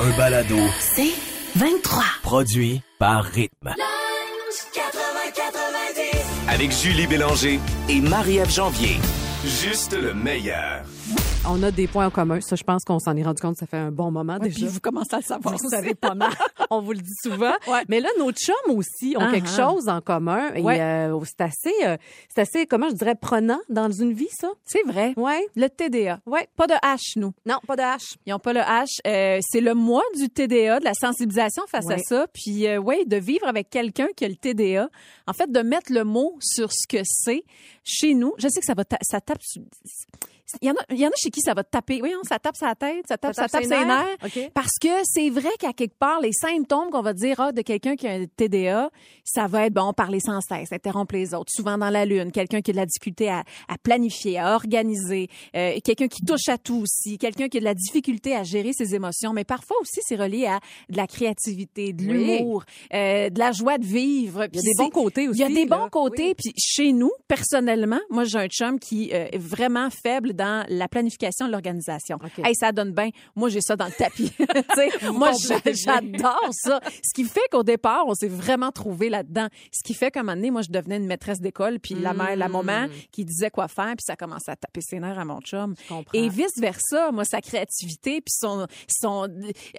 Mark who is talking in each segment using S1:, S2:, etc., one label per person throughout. S1: Un balado.
S2: C'est 23.
S1: Produit par Rythme.
S3: 80-90.
S4: Avec Julie Bélanger
S5: et Marie-Ève Janvier.
S4: Juste le meilleur.
S6: On a des points en commun. Ça, je pense qu'on s'en est rendu compte. Ça fait un bon moment
S7: Ouais,
S6: déjà.
S7: Puis vous commencez à le savoir.
S6: Vous
S7: aussi.
S6: savez pas mal. On vous le dit souvent.
S7: Ouais.
S6: Mais là, nos chums aussi ont
S7: Ah,
S6: quelque
S7: ah.
S6: chose en commun. Et
S7: Ouais.
S6: euh, c'est assez, euh, c'est assez, comment je dirais, prenant dans une vie, ça.
S7: C'est vrai.
S6: Ouais.
S7: Le TDA.
S6: Ouais.
S7: Pas de H, nous.
S6: Non, pas de hache.
S7: Ils n'ont pas le H. Euh, c'est le mois du TDA, de la sensibilisation face à
S6: Ouais.
S7: ça. Puis, euh, ouais, de vivre avec quelqu'un qui a le TDA. En fait, de mettre le mot sur ce que c'est chez nous. Je sais que ça va, ta- ça tape. sur- Il y, en a, il y en a chez qui ça va taper. Oui, hein, ça tape sa tête, ça tape, ça tape, ses nerfs.
S6: OK.
S7: Parce que c'est vrai qu'à quelque part, les symptômes qu'on va dire ah, de quelqu'un qui a un TDA, ça va être bon, parler sans cesse, interrompre les autres, souvent dans la lune, quelqu'un qui a de la difficulté à, à planifier, à organiser, euh, quelqu'un qui touche à tout aussi, quelqu'un qui a de la difficulté à gérer ses émotions. Mais parfois aussi, c'est relié à de la créativité, de
S6: Oui.
S7: l'humour, euh, de la joie de vivre.
S6: Il y a
S7: Puis
S6: des bons
S7: c'est-
S6: côtés aussi.
S7: il y a des
S6: là.
S7: bons côtés. Puis chez nous, personnellement, moi, j'ai un chum qui euh, est vraiment faible dans la planification de l'organisation.
S6: OK.
S7: Hey, ça donne bien. Moi, j'ai ça dans le tapis. Tu sais, moi,
S6: comprenez.
S7: j'a- j'adore ça. Ce qui fait qu'au départ, on s'est vraiment trouvé là-dedans. Ce qui fait qu'à un moment donné, moi, je devenais une maîtresse d'école, puis la mère, la maman
S6: Hmm.
S7: qui disait quoi faire, puis ça commençait à taper ses nerfs à mon chum.
S6: comprends.
S7: Et vice-versa, moi, sa créativité, puis son, son...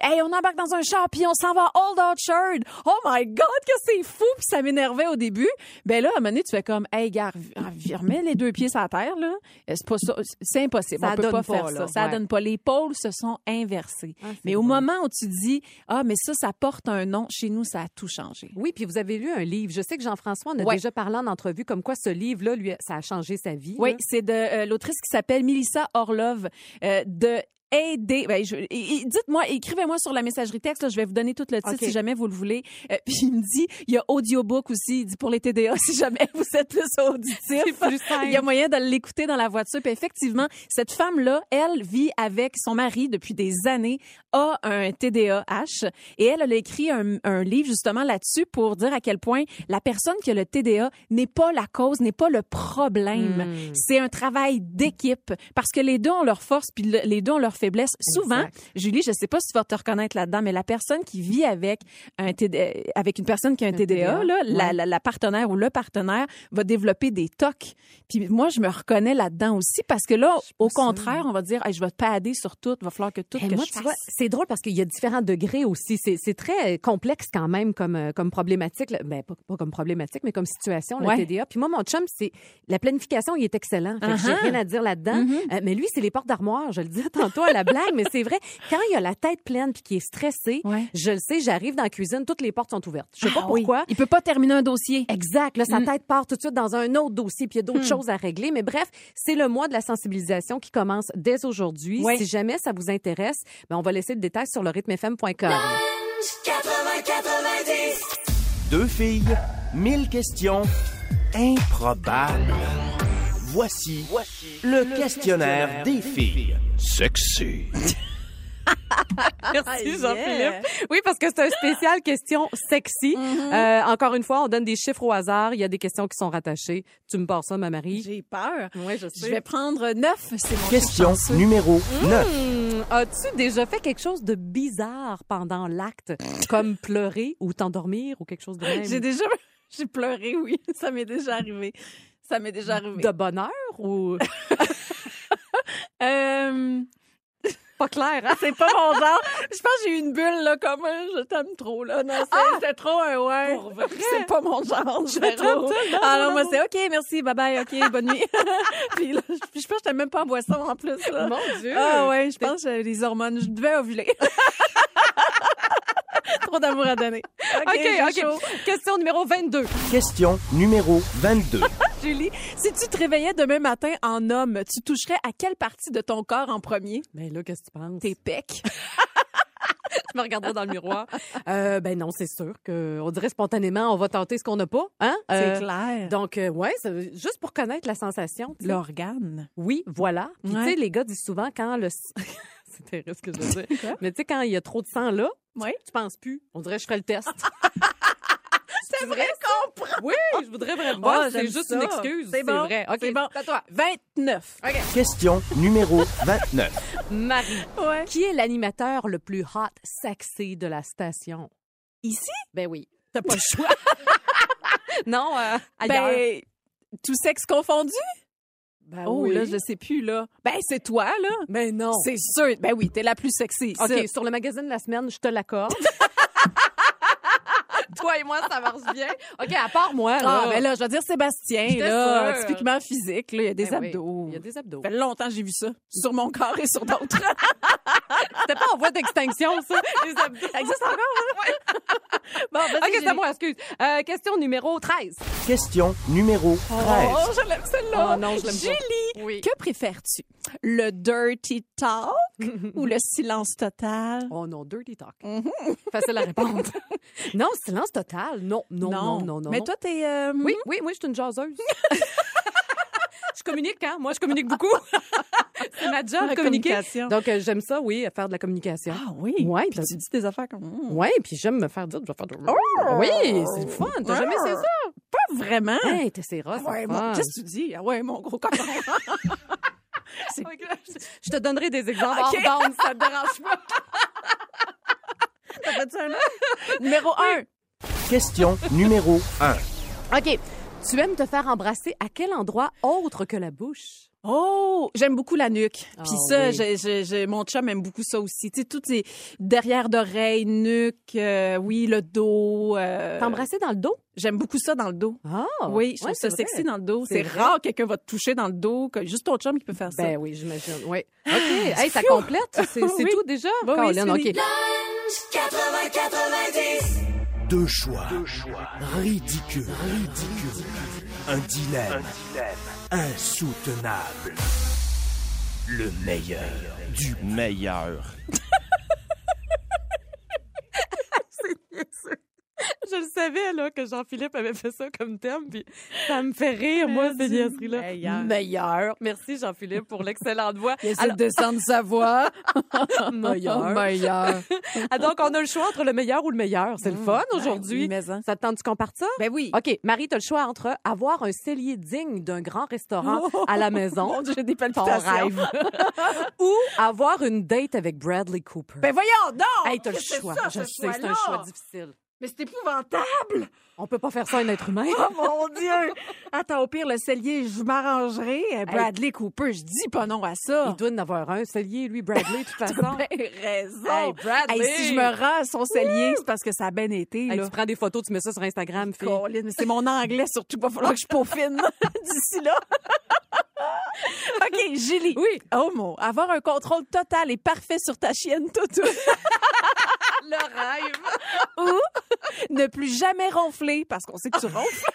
S7: Hey, on embarque dans un char, puis on s'en va à Old Orchard! Oh my God, que c'est fou! Puis ça m'énervait au début. Ben là, à un moment donné, tu fais comme, hey, gars, rev- remets les deux pieds sur la terre, là. Euh, C'est pas ça- c'est impossible.
S6: Ça
S7: on peut
S6: donne
S7: pas,
S6: pas,
S7: faire
S6: là.
S7: ça. Ça
S6: Ouais.
S7: donne pas. Les pôles se sont inversés.
S6: Ah, c'est
S7: mais au
S6: vrai.
S7: moment où tu dis, ah, mais ça, ça porte un nom, chez nous, ça a tout changé.
S6: Oui, puis vous avez lu un livre. Je sais que Jean-François en a
S7: Ouais.
S6: déjà parlé en entrevue, comme quoi ce livre-là, lui, ça a changé sa vie.
S7: Oui,
S6: là.
S7: c'est de euh, l'autrice qui s'appelle Milissa Orlov euh, de aider. ben, je- et- et Dites-moi, écrivez-moi sur la messagerie texte. là, je vais vous donner tout le titre
S6: OK.
S7: si jamais vous le voulez. Euh, puis il me dit, il y a audiobook aussi. Il dit pour les TDA si jamais vous êtes plus
S6: C'est
S7: auditif.
S6: plus simple.
S7: Il y a moyen de l'écouter dans la voiture. Puis effectivement, cette femme-là, elle vit avec son mari depuis des années, a un TDAH et elle, elle a écrit un, un livre justement là-dessus pour dire à quel point la personne qui a le TDA n'est pas la cause, n'est pas le problème.
S6: Hmm.
S7: C'est un travail d'équipe parce que les deux ont leurs forces puis le- les deux ont leurs faiblesses. Souvent, Julie, je sais pas si tu vas te reconnaître là-dedans, mais la personne qui vit avec un TDA, avec une personne qui a un, TDA, là, la,
S6: ouais.
S7: la- la partenaire ou le partenaire va développer des tocs. Puis moi, je me reconnais là-dedans aussi parce que là, au contraire, on va dire, Hey, je vais te padder sur tout, va falloir que tout
S6: Eh,
S7: que
S6: moi,
S7: je
S6: tu
S7: fasse.
S6: vois, c'est drôle parce qu'il y a différents degrés aussi. C'est c'est très euh, complexe quand même comme, euh, comme problématique. là. Ben, pas, pas comme problématique, mais comme situation, le
S7: Ouais.
S6: TDA. Puis moi, mon chum, c'est la planification, il est excellent. Fait que J'ai
S7: Uh-huh. Mm-hmm.
S6: rien à dire là-dedans. Euh, mais lui, c'est les portes d'armoire. Je le disais tantôt à la blague, mais c'est vrai. Quand il a la tête pleine puis qu'il est stressé,
S7: Ouais.
S6: je le sais, j'arrive dans la cuisine, toutes les portes sont ouvertes. Je sais pas
S7: Ah oui.
S6: pourquoi.
S7: Il peut pas terminer un dossier.
S6: Exact. Là, sa
S7: Mm.
S6: tête part tout de suite dans un autre dossier, puis il y a d'autres choses à régler. Mais bref, c'est le mois de la sensibilisation qui commence dès aujourd'hui.
S7: Ouais.
S6: Si jamais ça vous intéresse, ben, on va laisser le détail sur le rythmefm.com.
S7: Ah,
S3: 80-90.
S4: Deux filles, mille questions improbables. Voici, le, questionnaire, des filles. Sexy.
S6: Merci, Jean-Philippe. Ah, Oui, parce que c'est un spécial question sexy.
S7: Mm-hmm.
S6: Euh, encore une fois, on donne des chiffres au hasard. Il y a des questions qui sont rattachées. Tu me pars ça, ma Marie?
S7: J'ai peur.
S6: Oui, je
S7: Je vais prendre neuf, c'est mon
S4: Question numéro 9.
S6: Hum, As-tu déjà fait quelque chose de bizarre pendant l'acte, comme pleurer ou t'endormir ou quelque chose de même?
S7: J'ai déjà j'ai pleuré, oui. Ça m'est déjà arrivé. Ça m'est déjà arrivé.
S6: De bonheur ou...
S7: Euh, Pas clair, hein? c'est pas mon genre. Je pense que j'ai eu une bulle là, comme euh, je t'aime trop là. Non, c'est-
S6: Ah!
S7: c'était trop un ouais. C'est pas mon genre. Je
S6: t'aime tellement,
S7: Ah non,
S6: mon
S7: moi
S6: amour.
S7: c'est ok, merci, bye bye, ok, bonne nuit. Puis là, je je pense que j'étais même pas en boisson en plus là.
S6: Mon Dieu!
S7: Ah ouais, je pense que j'avais des hormones. Je devais ovuler. Trop d'amour à donner. j'ai
S6: OK,
S7: chaud.
S6: OK. Question numéro 22.
S4: Question numéro 22.
S7: Julie, si tu te réveillais demain matin en homme, tu toucherais à quelle partie de ton corps en premier?
S6: Mais Ben là, qu'est-ce que tu penses?
S7: Tes pecs.
S6: Je me regarderais dans le miroir. Euh, ben non, c'est sûr que on dirait spontanément, on va tenter ce qu'on n'a pas. Hein? Euh,
S7: clair. Donc,
S6: Donc, euh, ouais, ça- juste pour connaître la sensation. tu sais.
S7: l'organe.
S6: Oui, voilà. Puis,
S7: Ouais.
S6: tu sais, les gars disent souvent quand le. s- c'est terrible ce que je veux dire.
S7: Quoi?
S6: Mais tu sais, quand il y a trop de sang là,
S7: Oui.
S6: tu penses plus. On dirait que je ferais le test. c'est vrai qu'on prend. Oui, je voudrais vraiment.
S7: Ah,
S6: c'est
S7: j'aime
S6: juste
S7: ça.
S6: une excuse.
S7: C'est bon,
S6: vrai. OK,
S7: c'est bon.
S6: à toi.
S7: 29.
S4: Question numéro 29.
S6: Marie,
S7: Ouais.
S6: qui est l'animateur le plus hot sexy de la station?
S7: Ici?
S6: Ben oui.
S7: T'as pas le choix.
S6: Non, euh, ailleurs.
S7: ben, tout sexe confondu?
S6: Ben
S7: oh,
S6: oui.
S7: là, je sais plus, là. Ben, c'est toi, là.
S6: Mais non.
S7: C'est sûr. Ben oui, t'es la plus sexy.
S6: OK,
S7: ici.
S6: sur le magazine de la semaine, je te l'accorde. Toi et moi, ça marche bien. OK, à part moi,
S7: Ah,
S6: là.
S7: ben là, je vais dire Sébastien,
S6: J'étais
S7: là.
S6: sûre.
S7: Typiquement physique, là. Il y a des
S6: Ben oui,
S7: abdos.
S6: Il y a des abdos. Ben
S7: Ça fait longtemps que j'ai vu ça. Sur mon corps et sur d'autres.
S6: C'était pas en voie d'extinction, ça, les abdos.
S7: Ça existe encore, hein? Bon, vas-y,
S6: OK,
S7: Julie.
S6: c'est à moi, excuse. Euh, question numéro 13.
S4: Question numéro 13.
S7: Oh, je l'aime celle-là.
S6: Oh non, je l'aime pas.
S7: Julie,
S6: Oui.
S7: que préfères-tu? Le dirty talk ou le silence total?
S6: Oh non, dirty talk. Facile à répondre. non, silence total. Non, non, non, non, non.
S7: Mais
S6: non.
S7: toi, t'es... euh,
S6: Oui, oui, oui, je suis une jaseuse. je communique, hein? Moi, je communique beaucoup. c'est ma job,
S7: La
S6: communiquer.
S7: communication.
S6: Donc, euh, j'aime ça, oui, faire de la communication.
S7: Ah oui?
S6: Ouais,
S7: Puis
S6: t'as-
S7: tu dis des affaires comme... Mm.
S6: Ouais, puis j'aime me faire dire, je vais faire. de- oui, c'est le fun. T'as jamais essayé ça?
S7: Pas vraiment.
S6: Hey, t'essaieras, c'est
S7: Ah. Ouais,
S6: le
S7: mon-
S6: fun.
S7: Qu'est-ce que tu dis? Ah ouais, mon gros copain. C'est-
S6: Je te donnerai des exemples
S7: Ok.
S6: hors d'onde, ça te dérange pas.
S7: T'as fait ça, là? Numéro un.
S4: Question numéro 1.
S6: OK. Tu aimes te faire embrasser à quel endroit autre que la bouche?
S7: Oh, j'aime beaucoup la nuque.
S6: Ah
S7: Puis ça,
S6: oui.
S7: j'ai- j'ai- j'ai- mon chum aime beaucoup ça aussi. Tu sais, tout est derrière d'oreille, nuque, euh, oui, le dos. euh,
S6: T'embrasser dans le dos?
S7: J'aime beaucoup ça dans le dos.
S6: Ah!
S7: oui, je trouve
S6: ouais,
S7: ça
S6: c'est
S7: sexy
S6: vrai.
S7: dans le dos.
S6: C'est
S7: C'est
S6: vrai.
S7: rare que quelqu'un va te toucher dans le dos. que- Juste ton chum qui peut faire ça.
S6: Ben oui, j'imagine. Oui. OK. Hey, ça complète? C'est c'est
S7: Oui.
S6: tout déjà?
S7: Ben oui,
S6: Colin,
S7: c'est
S6: OK.
S7: fini.
S4: Deux choix. Ridicule. Ridicule. Un dilemme. Insoutenable. Le meilleur du meilleur.
S6: Je le savais, là, que Jean-Philippe avait fait ça comme thème, puis ça me fait rire, moi, ces niaiseries-là.
S7: meilleur.
S6: Meilleur. Merci, Jean-Philippe, pour l'excellente voix.
S7: Il essaie
S6: Alors,
S7: de descendre sa voix.
S6: Meilleur.
S7: Oh, Meilleur.
S6: ah, donc, on a le choix entre le meilleur ou le meilleur. C'est le fun aujourd'hui.
S7: Ben oui, Mmh. mais, hein.
S6: Ça te tente-tu qu'on parte ça?
S7: Ben oui.
S6: OK, Marie, t'as le choix entre avoir un cellier digne d'un grand restaurant
S7: Oh!
S6: à la maison.
S7: Mon Dieu, j'ai des
S6: ton
S7: palpitations.
S6: rêve. ou avoir une date avec Bradley Cooper.
S7: Ben voyons donc!
S6: hey, t'as le
S7: Qu'est-ce que c'est
S6: choix.
S7: ça,
S6: Je
S7: ce
S6: sais, c'est un
S7: choix-là?
S6: choix difficile.
S7: Mais c'est épouvantable!
S6: On peut pas faire ça à un être humain.
S7: Oh mon Dieu! Attends, au pire, le cellier, je m'arrangerai.
S6: euh,
S7: Eh, Bradley Cooper, je dis pas non à
S6: Il
S7: ça.
S6: doit en avoir un cellier, lui, Bradley, de toute façon.
S7: Hey, raison.
S6: Hey, Bradley!
S7: Hey, si je me rase son cellier, c'est parce que ça a bien été.
S6: Hey,
S7: là.
S6: tu prends des photos, tu mets ça sur Instagram, fille.
S7: Colin, mais c'est mon anglais surtout. Va falloir que je peaufine d'ici là. OK, Julie.
S6: Oui.
S7: Oh mon, avoir un contrôle total et parfait sur ta chienne Toto.
S6: Le rêve!
S7: ne plus jamais ronfler parce qu'on sait que tu ronfles.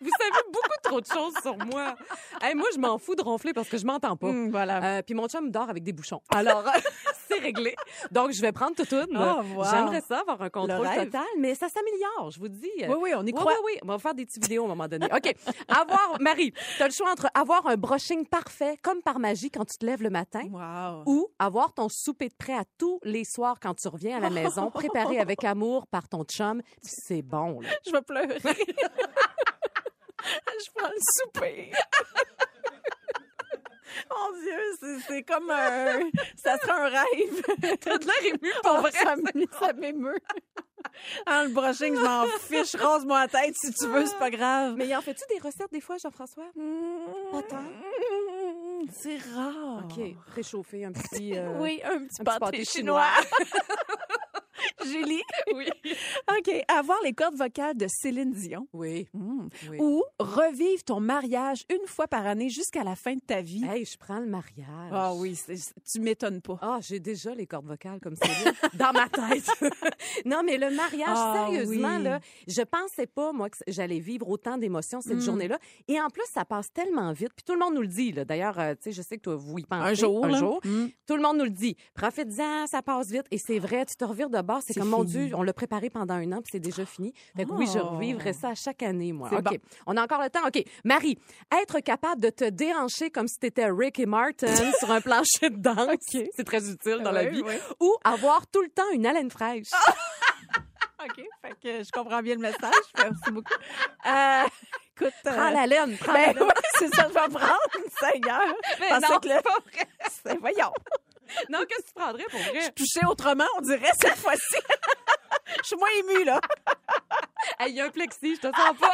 S6: Vous savez beaucoup trop de choses sur moi. Hey, moi, je m'en fous de ronfler parce que je m'entends pas.
S7: Hum, voilà.
S6: Euh, puis mon chum dort avec des bouchons. Alors, c'est réglé. Donc, je vais prendre tout
S7: Oh, wow.
S6: J'aimerais ça avoir un contrôle
S7: Le rêve.
S6: total, mais ça s'améliore, je vous dis.
S7: Oui, oui, on y
S6: Oui,
S7: croit.
S6: oui, oui. On va faire des petites vidéos à un moment donné. OK. Avoir, Marie, t'as le choix entre avoir un brushing parfait, comme par magie, quand tu te lèves le matin,
S7: Wow.
S6: ou avoir ton souper de prêt à tous les soirs quand tu reviens à la maison, préparé avec amour par ton chum. Puis C'est bon, là.
S7: Je vais pleurer. je prends le souper. Mon Dieu, c'est- c'est comme un... Ça serait un rêve. T'as de l'air ému, pour vrai. Ça m- ça m'émeut. Ah, le brushing, je m'en fiche. Rase-moi la tête si tu veux, c'est pas grave.
S6: Mais en fais-tu des recettes des fois, Jean-François?
S7: Pas
S6: tant.
S7: C'est rare.
S6: Ah. OK. Réchauffer un petit... euh,
S7: Oui, un petit
S6: un petit
S7: pâté,
S6: pâté
S7: chinois. Julie.
S6: Oui.
S7: OK. Avoir les cordes vocales de Céline Dion.
S6: Oui.
S7: Hmm.
S6: Oui.
S7: Ou revivre ton mariage une fois par année jusqu'à la fin de ta vie.
S6: Hey, je prends le mariage.
S7: Ah oui, c'est- c'est- tu m'étonnes pas.
S6: Ah, j'ai déjà les cordes vocales comme ça dans ma tête. non, mais le mariage,
S7: Ah,
S6: sérieusement,
S7: oui.
S6: là, je pensais pas, moi, que j'allais vivre autant d'émotions
S7: Mm.
S6: cette journée-là. Et en plus, ça passe tellement vite. Puis tout le monde nous le dit, là. D'ailleurs, euh, tu sais, je sais que toi, vous y pensez.
S7: Un jour,
S6: Un
S7: là.
S6: jour.
S7: Mm.
S6: Tout le monde nous le dit. Profites-en, ça passe vite. Et c'est vrai, tu te revires de bord. C'est
S7: C'est
S6: comme, mon
S7: fini. Ah.
S6: Dieu, on l'a préparé pendant un an, puis c'est déjà fini. Fait que oui, je
S7: Oh.
S6: revivrai ça chaque année, moi.
S7: C'est
S6: OK.
S7: bon.
S6: On a encore le temps. OK. Marie, être capable de te déhancher comme si t'étais Ricky Martin sur un plancher de danse.
S7: OK.
S6: C'est très utile dans la
S7: Ouais,
S6: vie.
S7: ouais.
S6: Ou avoir tout le temps une haleine fraîche.
S7: OK, fait que je comprends bien le message. Merci beaucoup. Euh, écoute. euh,
S6: Prends l'haleine, prends
S7: ben
S6: l'haleine.
S7: oui, c'est ça que je vais prendre, Seigneur.
S6: Mais
S7: Parce
S6: non,
S7: que le- C'est- Voyons.
S6: Non, qu'est-ce que tu prendrais pour vrai?
S7: Touché autrement, on dirait cette fois-ci. Je suis moins émue, là.
S6: Hey, Il y a un plexi, je te sens pas.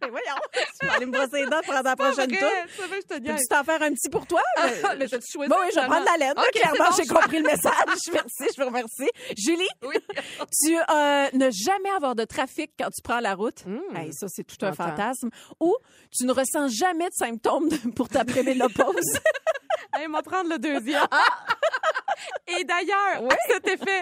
S7: Mais voyons. Je vais aller me brosser les dents pendant la prochaine
S6: Vrai,
S7: tour.
S6: ça va, je te
S7: Peux-tu
S6: niaise.
S7: t'en faire un petit pour toi?
S6: Ah, mais t'as-tu choisi,
S7: Bon, oui, je vais
S6: finalement?
S7: prendre la laine.
S6: Ok,
S7: Clairement,
S6: c'est
S7: j'ai
S6: bon.
S7: compris le message. Merci, je vous remercie. Julie,
S6: Oui.
S7: tu euh, ne jamais avoir de trafic quand tu prends la route. Hey, ça, c'est tout un
S6: J'entends.
S7: fantasme. Ou tu ne ressens jamais de symptômes de- pour ta préménopause.
S6: Hey, on va prendre le deuxième. Et d'ailleurs, à cet effet,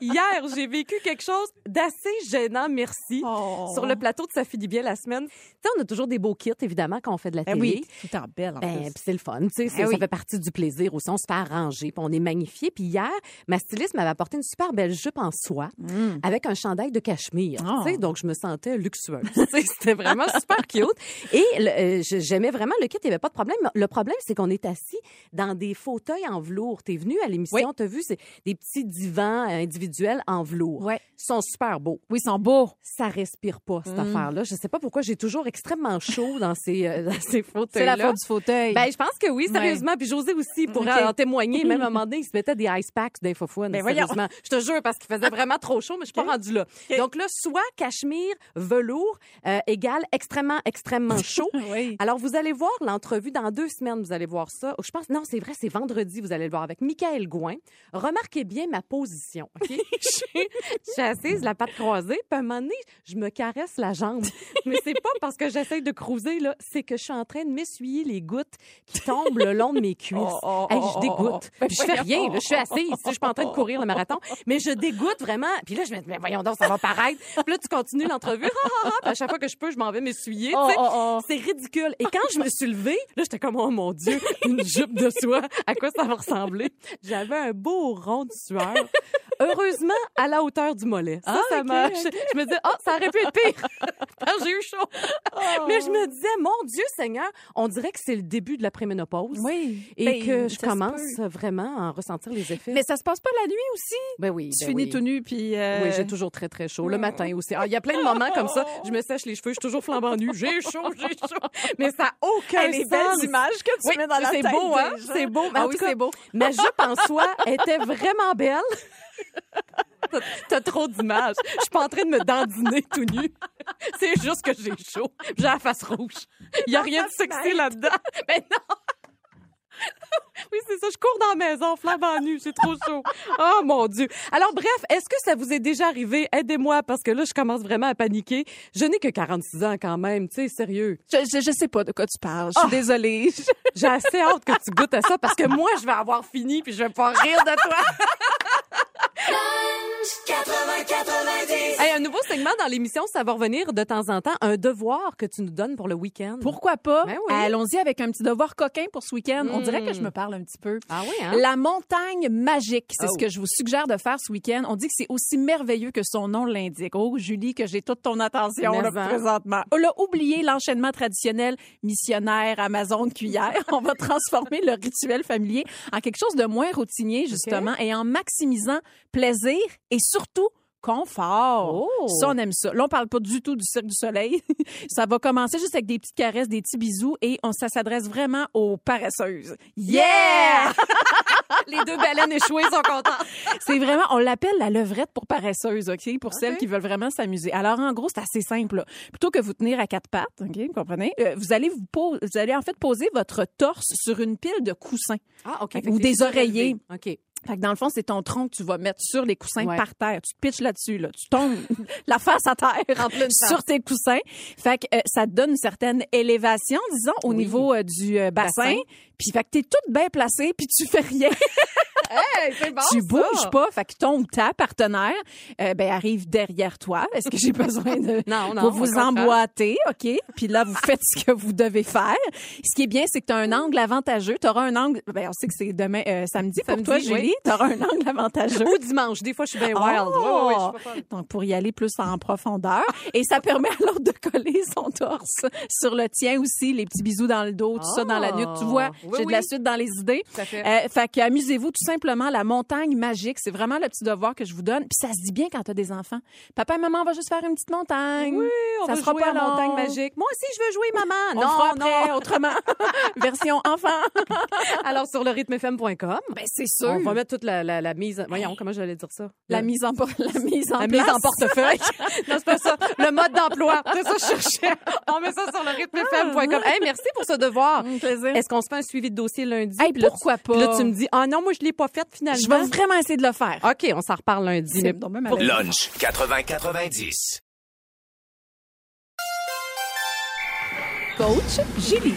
S6: hier, j'ai vécu quelque chose d'assez gênant, merci,
S7: Oh.
S6: sur le plateau de Ça finit bien la semaine. Tu sais, on a toujours des beaux kits, évidemment, quand on fait de la
S7: Eh Ben
S6: télé.
S7: tout en belle, en
S6: Ben,
S7: plus.
S6: puis c'est le fun, tu sais, c'est-
S7: oui.
S6: ça fait partie du plaisir aussi, on se fait arranger, puis on est magnifié. Puis hier, ma styliste m'avait apporté une super belle jupe en soie
S7: Mm.
S6: avec un chandail de cachemire,
S7: Oh.
S6: tu sais, donc je me sentais luxueuse. Tu sais, C'était vraiment super cute. Et le- euh, je- j'aimais vraiment le kit, il n'y avait pas de problème. Le problème, c'est qu'on est assis dans des fauteuils en velours. T'es venu à l'émission, t'as vu, c'est des petits divans euh, individuels en velours.
S7: Ouais.
S6: Ils sont super beaux
S7: Oui, ils sont beaux.
S6: ça respire pas
S7: Mm.
S6: cette affaire-là. Je sais pas pourquoi j'ai toujours extrêmement chaud dans ces euh, dans ces
S7: C'est la
S6: fauteuils-là.
S7: faute du fauteuil.
S6: Ben, je pense que oui, sérieusement. Puis José aussi pourrait
S7: Ok.
S6: en témoigner. Même à un moment donné, il se mettait des ice packs d'infofouine.
S7: Ben, voyons.
S6: sérieusement. Je te jure, parce qu'il faisait vraiment trop chaud, mais je suis pas rendue là. Donc là, soit cachemire, velours, euh, égale extrêmement, extrêmement chaud.
S7: Oui.
S6: Alors, vous allez voir l'entrevue dans deux semaines. Vous allez voir ça. Oh, Je pense, non, c'est vrai, c'est vendredi. Vous allez le voir avec Michael Gouin. Remarquez bien ma position. ok? je je suis assise, la patte croisée. Puis à un moment donné, je me caresse la jambe. Mais c'est pas parce que j'essaie de cruiser, là. C'est que je suis en train de m'essuyer les gouttes qui tombent le long de mes cuisses.
S7: Oh, oh,
S6: Hey,
S7: oh,
S6: je
S7: oh,
S6: dégoûte.
S7: oh.
S6: Puis je fais rien. là. Je suis assise. Je suis pas en train de courir le marathon. Mais je dégoûte vraiment. Puis là, je me dis, mais voyons donc, ça va paraître. Puis là, tu continues l'entrevue. Ah, ah, ah. Puis à chaque fois que je peux, je m'en vais m'essuyer. tu
S7: Oh,
S6: sais.
S7: oh, oh.
S6: C'est ridicule. Et quand je me suis levée, là, j'étais comme, oh mon Dieu, une jupe de soie, à quoi ça va ressembler? J'avais un beau rond de sueur. Heureusement, à la hauteur du mollet. Ça,
S7: Ah,
S6: ça
S7: ok,
S6: m'a-
S7: ok.
S6: Je, je me disais, oh, ça aurait pu être pire. Quand j'ai eu chaud.
S7: Oh.
S6: Mais je me disais, mon Dieu Seigneur, on dirait que c'est le début de la préménopause.
S7: Oui.
S6: Et
S7: Ben,
S6: que je
S7: ça se
S6: commence
S7: peut.
S6: vraiment à en ressentir les effets.
S7: Mais ça se passe pas la nuit aussi.
S6: ben oui,
S7: Tu
S6: ben
S7: finis
S6: oui.
S7: tout nu, puis... euh,
S6: Oui, j'ai toujours très, très chaud. Le matin aussi. Ah, Il y a plein de moments comme ça. Je me sèche les cheveux, je suis toujours flambant nu. J'ai chaud, j'ai chaud. Mais ça n'a aucun
S7: Hey, les
S6: sens.
S7: belles images que tu
S6: Oui,
S7: mets dans la
S6: c'est
S7: tête
S6: beau,
S7: des
S6: hein?
S7: gens.
S6: C'est beau. Mais
S7: Ah
S6: en
S7: oui,
S6: tout cas,
S7: c'est beau.
S6: Ma jupe en soi était vraiment belle. T'as- T'as trop d'images. Je suis pas en train de me dandiner tout nu. C'est juste que j'ai chaud. J'ai la face rouge. Il y a rien de sexy là-dedans. Ben Mais non! Oui, c'est ça. Je cours dans la maison, flambant nu. C'est trop chaud. Oh mon Dieu. Alors, bref, est-ce que ça vous est déjà arrivé? Aidez-moi parce que là, je commence vraiment à paniquer. Je n'ai que 46 ans quand même. Tu sais, sérieux. Ah!
S7: Je, je, je sais pas de quoi tu parles. Je suis désolée.
S6: J'ai assez hâte que tu goûtes à ça parce que moi, je vais avoir fini puis je vais pouvoir rire de toi. Hey, un nouveau segment dans l'émission, ça va revenir de temps en temps. Un devoir que tu nous donnes pour le week-end.
S7: Pourquoi pas?
S6: Ben oui.
S7: Allons-y avec un petit devoir coquin pour ce week-end. On
S6: Mm.
S7: dirait que je me parle un petit peu.
S6: Ah oui, hein?
S7: La montagne magique, c'est
S6: Oh.
S7: ce que je vous suggère de faire ce week-end. On dit que c'est aussi merveilleux que son nom l'indique. Oh, Julie, que j'ai toute ton attention
S6: Mais
S7: là,
S6: en.
S7: présentement. On a oublié l'enchaînement traditionnel missionnaire, Amazon, cuillère. On va transformer le rituel familier en quelque chose de moins routinier, justement, et en maximisant plaisir et surtout confort.
S6: Oh.
S7: Ça, on aime ça. Là, on parle pas du tout du Cirque du Soleil. ça va commencer juste avec des petites caresses, des petits bisous et on, ça s'adresse vraiment aux paresseuses. yeah!
S6: Les deux baleines échouées sont contentes.
S7: C'est vraiment, on l'appelle la levrette pour paresseuse, OK? Pour celles qui veulent vraiment s'amuser. Alors, en gros, c'est assez simple. là. Plutôt que vous tenir à quatre pattes, OK? Vous comprenez? Euh, vous allez vous, po- vous allez en fait poser votre torse sur une pile de coussins.
S6: Ah, OK.
S7: Ou des oreillers.
S6: OK.
S7: Fait que dans le fond, c'est ton tronc que tu vas mettre sur les coussins
S3: Ouais.
S7: par terre. Tu te pitches là-dessus, là. Tu tombes la face à terre sur tes coussins. Fait que euh, ça te donne une certaine élévation, disons, au
S3: Oui.
S7: niveau euh, du euh, bassin.
S3: Bassin.
S7: Puis fait que t'es toute bien placée, puis tu fais rien.
S3: Hey, c'est bon,
S7: tu
S3: ça.
S7: bouges pas. Fait que ton ou ta partenaire, euh, ben, arrive derrière toi. Est-ce que j'ai besoin de...
S3: Non, non.
S7: Vous
S3: au
S7: vous
S3: contraire.
S7: emboîtez, OK? Puis là, vous faites ce que vous devez faire. Ce qui est bien, c'est que tu as un angle avantageux. Tu auras un angle... Ben, on sait que c'est demain, euh, samedi,
S3: Samedi,
S7: pour toi,
S3: oui.
S7: Julie. Tu auras un angle avantageux.
S6: Ou dimanche, des fois, je suis bien wild. Ouais, ouais, ouais, je
S7: Oh!
S6: suis pas folle.
S7: Donc, pour y aller plus en profondeur. Et ça permet à l'autre de coller son torse sur le tien aussi, les petits bisous dans le dos, tout ça dans la nuque. Tu vois,
S3: Ah! Oui,
S7: j'ai de la
S3: oui.
S7: suite dans les idées.
S3: Tout à fait.
S7: Euh, fait que amusez-vous tout simplement la montagne magique, c'est vraiment le petit devoir que je vous donne. Puis ça se dit bien quand t'as des enfants. Papa et maman, on va juste faire une petite montagne.
S6: Oui, on
S7: Ça
S6: va
S7: sera
S6: jouer
S7: pas
S6: à Montagne
S7: long.
S6: Magique. Moi aussi, je veux jouer, maman.
S7: On
S6: non,
S7: fera
S6: non.
S7: après, autrement. Version enfant.
S6: Alors, sur le rythmefm.com,
S7: Ben c'est sûr.
S6: on va mettre toute la, la, la mise... Voyons, comment j'allais dire ça?
S7: la
S6: Le-
S7: mise en por- la mise en
S6: La
S7: place.
S6: mise en portefeuille. non, c'est pas ça. Le mode d'emploi. C'est ça que je cherchais. On met ça sur le rythmefm.com. Hey, merci pour ce devoir.
S7: Hum, plaisir.
S6: Est-ce qu'on se fait un suivi de dossier lundi?
S7: Hey,
S6: Puis là, tu-
S7: pourquoi pas?
S6: puis Là, tu me dis, ah non, moi, je l'ai pas faite
S7: Je vais
S6: finalement.
S7: vraiment essayer de le faire.
S6: OK, on s'en reparle lundi. Mais-
S7: donc bien
S6: pour-
S7: malade.
S5: Lunch 80-90.
S7: Coach Julie.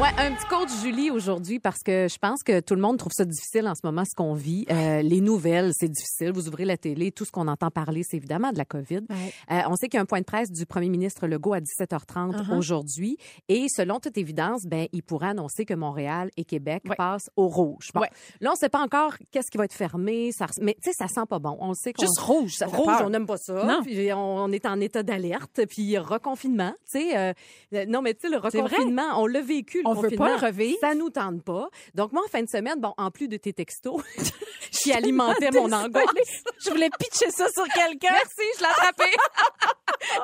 S6: Ouais, un petit coach Julie aujourd'hui parce que je pense que tout le monde trouve ça difficile en ce moment ce qu'on vit. Euh, les nouvelles, c'est difficile. Vous ouvrez la télé, tout ce qu'on entend parler, c'est évidemment de la COVID.
S7: Ouais.
S6: Euh, on sait qu'il y a un point de presse du premier ministre Legault à 17h30
S7: Uh-huh.
S6: aujourd'hui et selon toute évidence, ben il pourrait annoncer que Montréal et Québec
S7: Ouais.
S6: passent au rouge. Bon,
S7: Ouais.
S6: Là, on sait pas encore qu'est-ce qui va être fermé, ça res- mais tu sais ça sent pas bon. On le sait qu'on
S7: Juste rouge, ça fait
S6: rouge,
S7: peur.
S6: on n'aime pas ça.
S7: Non.
S6: Puis on, on est en état d'alerte, puis reconfinement, tu sais euh, euh, non mais tu sais le
S7: C'est vrai.
S6: reconfinement, on l'a vécu le
S7: On veut
S6: confinement.
S7: pas le revivre.
S6: Ça nous tente pas. Donc moi en fin de semaine, bon en plus de tes textos qui alimentaient mon angoisse.
S7: Je voulais pitcher ça sur quelqu'un.
S6: Merci, je l'ai attrapé.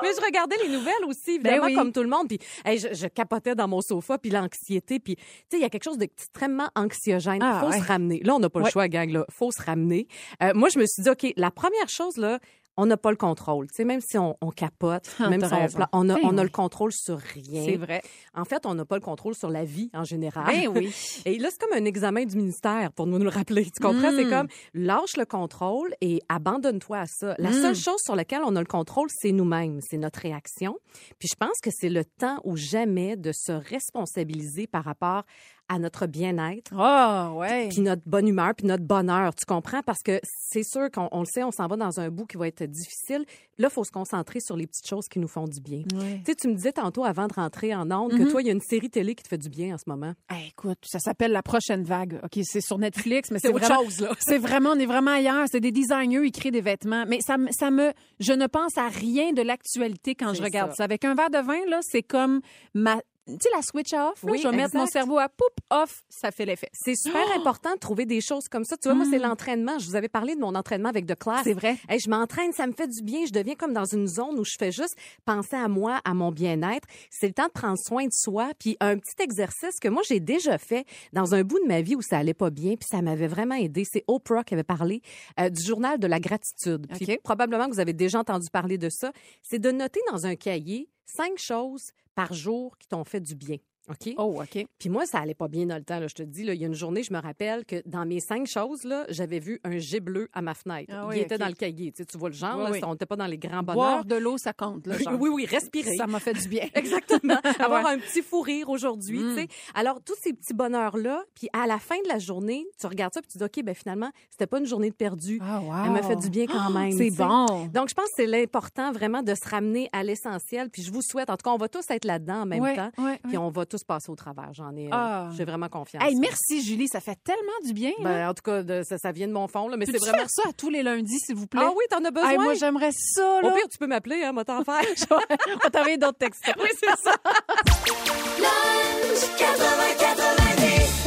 S6: Mais je regardais les nouvelles aussi, évidemment,
S7: Ben oui.
S6: comme tout le monde. Puis hey, je, je capotais dans mon sofa, puis l'anxiété. Puis, tu sais, il y a quelque chose d'extrêmement anxiogène.
S7: Ah,
S6: faut
S7: ouais.
S6: se ramener. Là, on n'a pas
S7: Ouais.
S6: le choix, gang. Là. faut se ramener. Euh, moi, je me suis dit, OK, la première chose, là, on n'a pas le contrôle. Tu sais, même si on, on capote,
S7: Ah,
S6: même
S7: t'as
S6: si on,
S7: raison.
S6: fla- on, a,
S7: Ben
S6: on a
S7: oui.
S6: le contrôle sur rien.
S7: C'est vrai.
S6: En fait, on n'a pas le contrôle sur la vie en général.
S7: Ben oui.
S6: Et là, c'est comme un examen du ministère pour nous nous le rappeler. Tu comprends?
S7: Mm.
S6: C'est comme lâche le contrôle et abandonne-toi à ça. La
S7: Mm.
S6: seule chose sur laquelle on a le contrôle, c'est nous-mêmes, c'est notre réaction. Puis je pense que c'est le temps ou jamais de se responsabiliser par rapport à notre bien-être.
S7: Oh, ouais.
S6: Puis notre bonne humeur, puis notre bonheur, tu comprends? Parce que c'est sûr qu'on on le sait, on s'en va dans un bout qui va être difficile. Là, il faut se concentrer sur les petites choses qui nous font du bien.
S7: Ouais.
S6: Tu sais, tu me disais tantôt avant de rentrer en ondes
S7: Mhm.
S6: que toi, il y a une série télé qui te fait du bien en ce moment.
S3: Hey, écoute, ça s'appelle La prochaine vague. OK, c'est sur Netflix, mais c'est
S6: autre
S3: vraiment.
S6: chose, là.
S3: C'est vraiment, on est vraiment ailleurs. C'est des designers, ils créent des vêtements. Mais ça, me- ça me. Je ne pense à rien de l'actualité quand je
S6: C'est
S3: regarde
S6: ça.
S3: ça. Avec un verre de vin, là, c'est comme ma. Tu sais, la switch off, là,
S6: Oui,
S3: je vais mettre
S6: exact.
S3: mon cerveau à poup off, ça fait l'effet.
S6: C'est super
S3: Oh!
S6: important de trouver des choses comme ça. Tu vois, moi, c'est l'entraînement. Je vous avais parlé de mon entraînement avec de
S3: Hmm.
S6: classe.
S3: Ah, C'est vrai.
S6: Hey, je m'entraîne, ça me fait du bien. Je deviens comme dans une zone où je fais juste penser à moi, à mon bien-être. C'est le temps de prendre soin de soi. Puis un petit exercice que moi, j'ai déjà fait dans un bout de ma vie où ça allait pas bien, puis ça m'avait vraiment aidé. C'est Oprah qui avait parlé euh, du journal de la gratitude. Puis
S3: OK.
S6: probablement que vous avez déjà entendu parler de ça. C'est de noter dans un cahier cinq choses par jour qui t'ont fait du bien. OK?
S3: Oh, OK.
S6: Puis moi, ça allait pas bien dans le temps. Là, je te dis, là, il y a une journée, je me rappelle que dans mes cinq choses, là, j'avais vu un jet bleu à ma fenêtre.
S3: Ah
S6: il
S3: oui,
S6: était
S3: ok.
S6: dans le cahier. Tu, sais, tu vois le genre,
S3: Oui,
S6: là,
S3: oui.
S6: on n'était pas dans les grands bonheurs.
S3: Boire de l'eau, ça compte, là. genre.
S6: Oui, oui, respirer.
S3: Ça m'a fait du bien.
S6: Exactement. Avoir
S3: Ouais.
S6: un petit fou rire aujourd'hui,
S3: Mm.
S6: tu sais. Alors, tous ces petits bonheurs-là, puis à la fin de la journée, tu regardes ça, puis tu dis, OK, ben finalement, c'était pas une journée de perdu.
S3: Ah, wow. Ah,
S6: Elle m'a fait du bien quand même.
S3: C'est
S6: tu sais.
S3: bon.
S6: Donc, je pense que c'est l'important vraiment de se ramener à l'essentiel. Puis je vous souhaite, en tout cas, on va tous être là-dedans en même
S3: Ouais,
S6: temps.
S3: ouais,
S6: Puis
S3: ouais.
S6: on va tous passer au travers. J'en ai, euh,
S3: Ah.
S6: j'ai vraiment confiance.
S3: Hey, merci, Julie. Ça fait tellement du bien. là.
S6: Ben, en tout cas, de- ça, ça vient de mon fond, là, mais c'est
S3: Peux-tu
S6: vraiment.
S3: faire ça à tous les lundis, s'il vous plaît?
S6: Ah oui, t'en as besoin.
S3: Hey, moi, j'aimerais ça, là.
S6: Au pire, tu peux m'appeler, hein, moi t'en faire.
S3: On t'envoie d'autres textes.
S6: oui, c'est ça.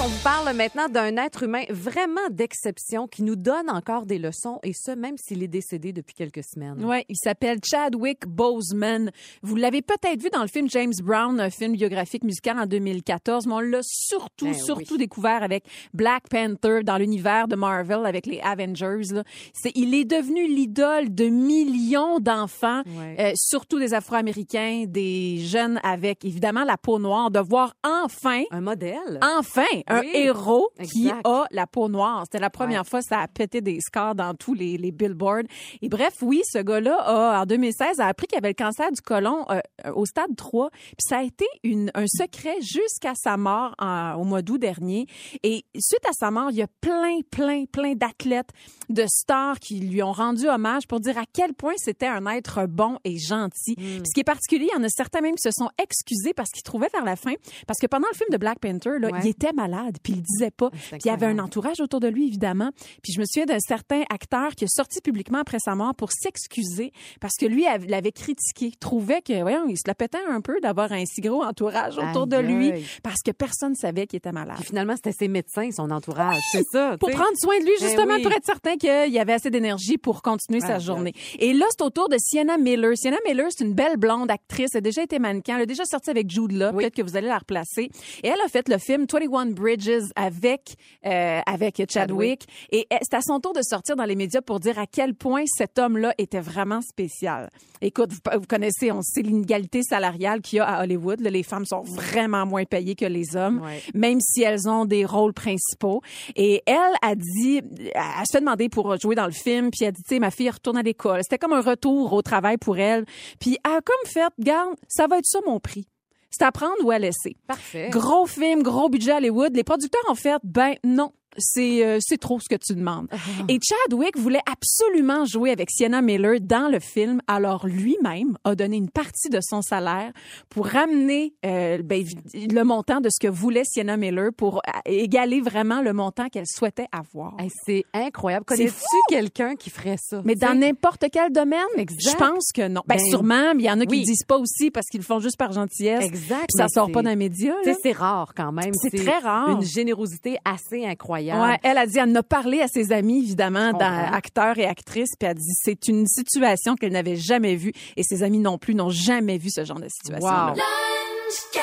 S6: On vous parle maintenant d'un être humain vraiment d'exception qui nous donne encore des leçons, et ce, même s'il est décédé depuis quelques semaines.
S3: Ouais, il s'appelle Chadwick Boseman. Vous l'avez peut-être vu dans le film James Brown, un film biographique musical en 2014, mais on l'a surtout,
S6: Ben oui.
S3: surtout découvert avec Black Panther dans l'univers de Marvel avec les Avengers. là. C'est, il est devenu l'idole de millions d'enfants,
S6: Ouais.
S3: euh, surtout des Afro-Américains, des jeunes avec évidemment la peau noire, de voir enfin
S6: Un modèle.
S3: Enfin, un
S7: un
S6: Oui.
S7: héros qui
S6: Exact.
S7: a la peau noire. C'était la première
S6: Ouais.
S7: fois, ça a pété des scores dans tous les, les billboards. Et bref, oui, ce gars-là, a, en 2016, a appris qu'il avait le cancer du côlon euh, euh, au stade 3. Puis ça a été une- un secret jusqu'à sa mort en- au mois d'août dernier. Et suite à sa mort, il y a plein, plein, plein d'athlètes, de stars qui lui ont rendu hommage pour dire à quel point c'était un être bon et gentil.
S6: Mm.
S7: Puis ce qui est particulier, il y en a certains même qui se sont excusés parce qu'ils trouvaient vers la fin, parce que pendant le film de Black Panther, là,
S6: Ouais.
S7: il était malade, puis il le disait pas.
S6: c'est
S7: Puis il y avait un
S6: incroyable.
S7: entourage autour de lui, évidemment. Puis je me souviens d'un certain acteur qui est sorti publiquement après sa mort pour s'excuser parce que lui av- l'avait critiqué, trouvait que, voyons, il se la pétait un peu d'avoir un si gros entourage autour de
S6: Aïe,
S7: lui
S6: aïe.
S7: parce que personne savait qu'il était malade.
S6: Puis finalement, c'était ses médecins, son entourage. C'est ça.
S7: Pour
S6: tu sais.
S7: prendre soin de lui,
S6: Ben
S7: justement,
S6: oui.
S7: pour être certain qu'il y avait assez d'énergie pour continuer
S6: Ah,
S7: sa
S6: là.
S7: journée. Et là, c'est au tour de Sienna Miller. Sienna Miller, c'est une belle blonde actrice. Elle a déjà été mannequin. Elle a déjà sorti avec Jude Law. Peut-être que vous allez la replacer. Et elle a fait le film 21 Bridges avec, euh, avec Chadwick. Et elle- c'est à son tour de sortir dans les médias pour dire à quel point cet homme-là était vraiment spécial. Écoute, vous, vous connaissez, on sait l'inégalité salariale qu'il y a à Hollywood. là. les femmes sont vraiment moins payées que les hommes
S6: Ouais.
S7: même si elles ont des rôles principaux. Et elle a dit, elle se fait demander pour jouer dans le film, puis elle a dit, tu sais, ma fille retourne à l'école. C'était comme un retour au travail pour elle. Puis elle a comme fait, garde, ça va être ça mon prix. C'est à prendre ou à laisser.
S6: Parfait.
S7: Eh. Gros film, gros budget Hollywood. Les producteurs ont fait, ben non, c'est euh, c'est trop ce que tu demandes.
S6: Ah.
S7: Et Chadwick voulait absolument jouer avec Sienna Miller dans le film. Alors lui-même a donné une partie de son salaire pour ramener euh, ben, vi- le montant de ce que voulait Sienna Miller pour euh, égaler vraiment le montant qu'elle souhaitait avoir.
S6: Hey, c'est incroyable.
S7: C'est
S6: Connais-tu quelqu'un qui ferait ça?
S7: Mais
S6: tu sais?
S7: dans n'importe quel domaine,
S6: Exact.
S7: je pense que non. Ben,
S6: Ben,
S7: sûrement, mais il y en a qui
S6: oui.
S7: le disent pas aussi parce qu'ils le font juste par gentillesse.
S6: Exact,
S7: Puis ça
S6: mais
S7: sort
S6: c'est-
S7: pas d'un média.
S6: Tu
S7: là.
S6: sais, c'est rare quand même.
S7: C'est très rare.
S6: Une générosité assez incroyable.
S7: Ouais, elle a dit, elle en a parlé à ses amis, évidemment,
S6: comprends.
S7: d'un- acteurs et actrices, puis elle a dit, c'est une situation qu'elle n'avait jamais vue, et ses amis non plus n'ont jamais vu ce genre de situation.
S6: Wow.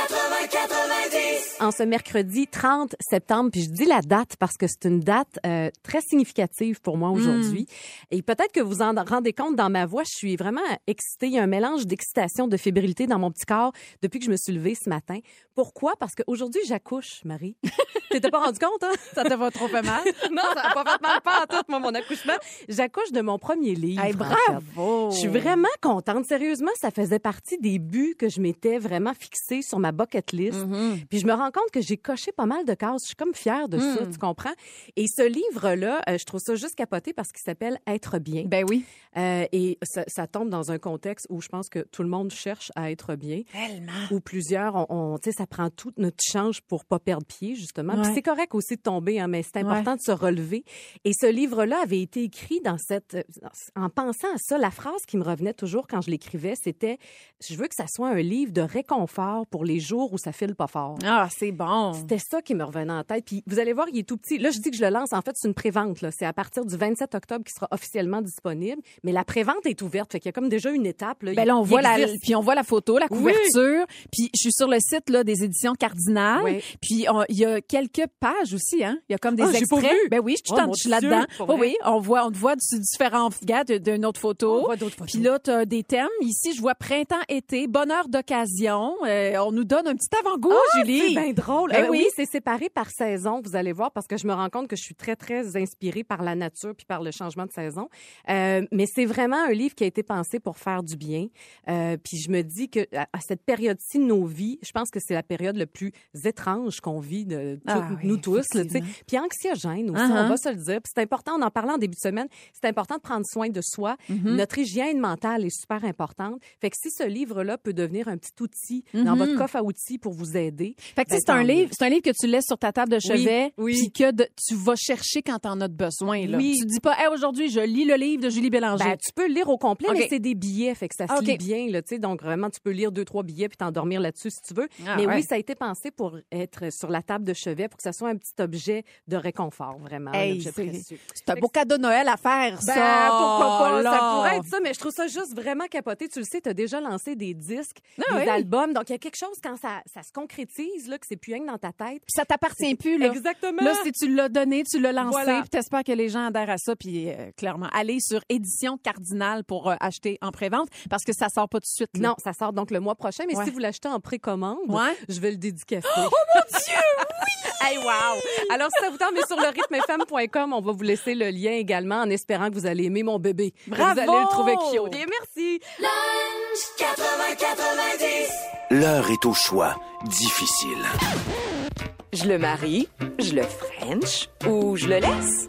S6: En ce mercredi 30 septembre, puis je dis la date parce que c'est une date euh, très significative pour
S7: Hmm.
S6: moi aujourd'hui. Et peut-être que vous en rendez compte dans ma voix, je suis vraiment excitée. Il y a un mélange d'excitation, de fébrilité dans mon petit corps depuis que je me suis levée ce matin. Pourquoi? Parce qu'aujourd'hui, j'accouche, Marie. T'étais pas rendu compte, hein?
S7: Ça te va trop mal.
S6: non, ça n'a pas fait mal pas en tout, moi, mon accouchement. J'accouche de mon premier livre. en fait.
S7: bravo!
S6: Je suis vraiment contente. Sérieusement, ça faisait partie des buts que je m'étais vraiment fixée sur ma bucket list. Puis je me rends compte que j'ai coché pas mal de cases. Je suis comme fière de ça, tu comprends? Et ce livre-là, euh, je trouve ça juste capoté parce qu'il s'appelle Être bien.
S7: Ben oui.
S6: Euh, et ça, ça tombe dans un contexte où je pense que tout le monde cherche à être bien.
S7: Ah.
S6: Ou plusieurs, on, on- tu sais, ça prend tout notre change pour pas perdre pied, justement. Puis
S7: Ouais.
S6: c'est correct aussi de tomber, hein, mais c'est important de se relever. Et ce livre-là avait été écrit dans cette, en pensant à ça, la phrase qui me revenait toujours quand je l'écrivais, c'était, je veux que ça soit un livre de réconfort pour les jours où ça file pas fort.
S7: Ah, c'est bon.
S6: C'était ça qui me revenait en tête. Puis vous allez voir, il est tout petit. Là, je dis que je le lance. En fait, c'est une prévente. là. C'est à partir du 27 octobre qu'il sera officiellement disponible. Mais la prévente est ouverte. Fait qu'il y a comme déjà une étape. Là,
S7: Ben
S6: Il-
S7: là, on
S6: il
S7: voit la,
S6: existe.
S7: puis on voit la photo, la
S6: Oui.
S7: couverture. Puis je suis sur le site là des éditions Cardinal.
S6: Oui.
S7: Puis on- il y a quelques pages aussi, hein. Il y a comme des
S6: Ah, j'ai
S7: extraits.
S6: pas vu.
S7: Ben oui, je suis
S6: Oh,
S7: en-
S6: mon
S7: je suis là-dedans.
S6: Dieu, pour
S7: Oui,
S6: vrai.
S7: oui, on voit, on te voit du différents regarde d'une autre
S6: On
S7: photo.
S6: voit d'autres photos.
S7: Puis là, t'as des thèmes. Ici, je vois printemps, été, bonheur d'occasion. Euh, on nous donne un petit avant-goût, Julie.
S6: Ah, C'est bien drôle.
S7: Ben
S6: Euh,
S7: oui.
S6: oui, c'est séparé par saison, vous allez voir, parce que je me rends compte que je suis très, très inspirée par la nature puis par le changement de saison. Euh, mais c'est vraiment un livre qui a été pensé pour faire du bien. Euh, puis je me dis que à, à cette période-ci de nos vies, je pense que c'est la période le plus étrange qu'on vit de, tout-
S7: Ah oui,
S6: nous tous. Là, tu sais.
S7: effectivement.
S6: puis anxiogène aussi,
S7: Uh-huh.
S6: on va se le dire. Puis c'est important, on en parlait en début de semaine, c'est important de prendre soin de soi.
S7: Mm-hmm.
S6: Notre hygiène mentale est super importante. Fait que si ce livre-là peut devenir un petit outil dans
S7: Mhm.
S6: votre coffre à outils pour vous aider,
S7: Fait que tu sais,
S6: Ben,
S7: c'est
S6: tant
S7: un
S6: mieux.
S7: livre, c'est un livre que tu laisses sur ta table de
S6: Oui,
S7: chevet,
S6: oui.
S7: puis que de- tu vas chercher quand t'en as de besoin. Là.
S6: Oui.
S7: Tu dis pas, hey, aujourd'hui, je lis le livre de Julie Bélanger.
S6: Ben, tu peux le lire au complet,
S7: OK.
S6: mais c'est des billets, fait que ça se
S7: OK.
S6: lit bien, là, tu sais. Donc, vraiment, tu peux lire deux, trois billets puis t'endormir là-dessus si tu veux.
S7: Ah,
S6: mais
S7: ouais.
S6: oui, ça a été pensé pour être sur la table de chevet, pour que ça soit un petit objet de réconfort, vraiment.
S7: Hey,
S6: un objet
S7: c'est-
S6: précieux.
S7: C'est un beau cadeau de Noël à faire,
S6: Ben,
S7: ça.
S6: pourquoi pas?
S7: là.
S6: Ça pourrait être ça, mais je trouve ça juste vraiment capoté. Tu le sais, tu as déjà lancé des disques,
S7: Ah
S6: des
S7: oui.
S6: albums. Donc, il y a quelque chose quand ça, ça ça se concrétise, là, que c'est plus rien que dans ta tête.
S7: Puis ça t'appartient plus, là.
S6: Exactement.
S7: Là, si tu l'as donné, tu l'as lancé,
S6: Voilà.
S7: puis t'espères que les gens adhèrent à ça, puis euh, clairement, allez sur Édition Cardinal pour euh, acheter en pré-vente, parce que ça sort pas tout de suite. là.
S6: non, ça sort donc le mois prochain, mais
S7: Ouais.
S6: si vous l'achetez en précommande,
S7: Ouais.
S6: je vais le dédicacer. Oh mon Dieu! Oui! hey, wow! Alors, si ça vous tente, mais sur le rythmefm.com, on va vous laisser le lien également en espérant que vous allez aimer mon bébé.
S7: Bravo!
S6: Vous allez le trouver cute. Et merci!
S5: L'heure est au choix. Difficile.
S8: Je le marie, je le French ou je le laisse?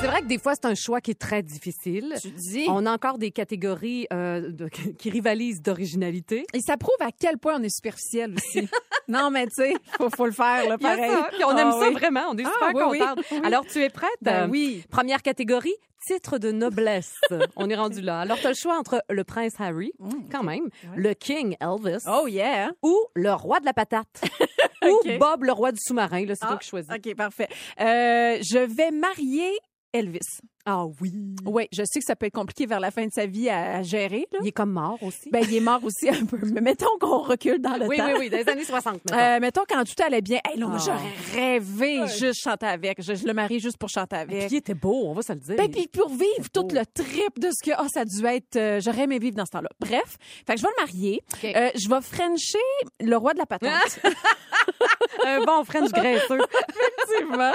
S6: C'est vrai que des fois, c'est un choix qui est très difficile.
S7: Tu dis.
S6: On a encore des catégories euh, de- qui rivalisent d'originalité.
S7: Et ça prouve à quel point on est superficiel aussi. non, mais tu sais, faut, faut le faire, là,
S6: Il y a
S7: pareil.
S6: ça, hein. puis on aime
S7: Ah
S6: ça
S7: oui.
S6: vraiment, on est
S7: Ah,
S6: super
S7: oui, oui.
S6: contentes. Alors, tu es prête?
S7: Ben
S6: Euh,
S7: oui.
S6: Première catégorie, titre de noblesse. on est rendu là. Alors, tu as le choix entre le prince Harry, quand même, le king Elvis,
S7: Mmh, Oh yeah.
S6: ou le roi de la patate,
S7: Ok.
S6: ou Bob, le roi du sous-marin. Là, c'est toi
S7: Ah,
S6: qui choisis.
S7: OK, parfait. Euh, je vais marier Elvis.
S6: Ah oui.
S7: Oui, je sais que ça peut être compliqué vers la fin de sa vie à, à gérer. Là.
S6: Il est comme mort aussi. Ben,
S7: Ben, il est mort aussi un peu. Mais mettons qu'on recule dans le
S6: oui,
S7: temps.
S6: oui, oui, dans les années 60. mettons.
S7: Euh, mettons quand tout allait bien, hey, là, moi,
S6: Ah.
S7: j'aurais rêvé juste chanter avec. Je, je le marie juste pour chanter
S6: Puis
S7: avec.
S6: il était beau, on va se le dire.
S7: Ben, puis pour vivre tout
S6: beau.
S7: le trip de ce que ah, ça a dû être, euh, j'aurais aimé vivre dans ce temps-là. Bref, fait que je vais le marier. Euh, je vais frencher le roi de la patente.
S6: Ah. un bon French graisseux.
S7: Ben, Effectivement.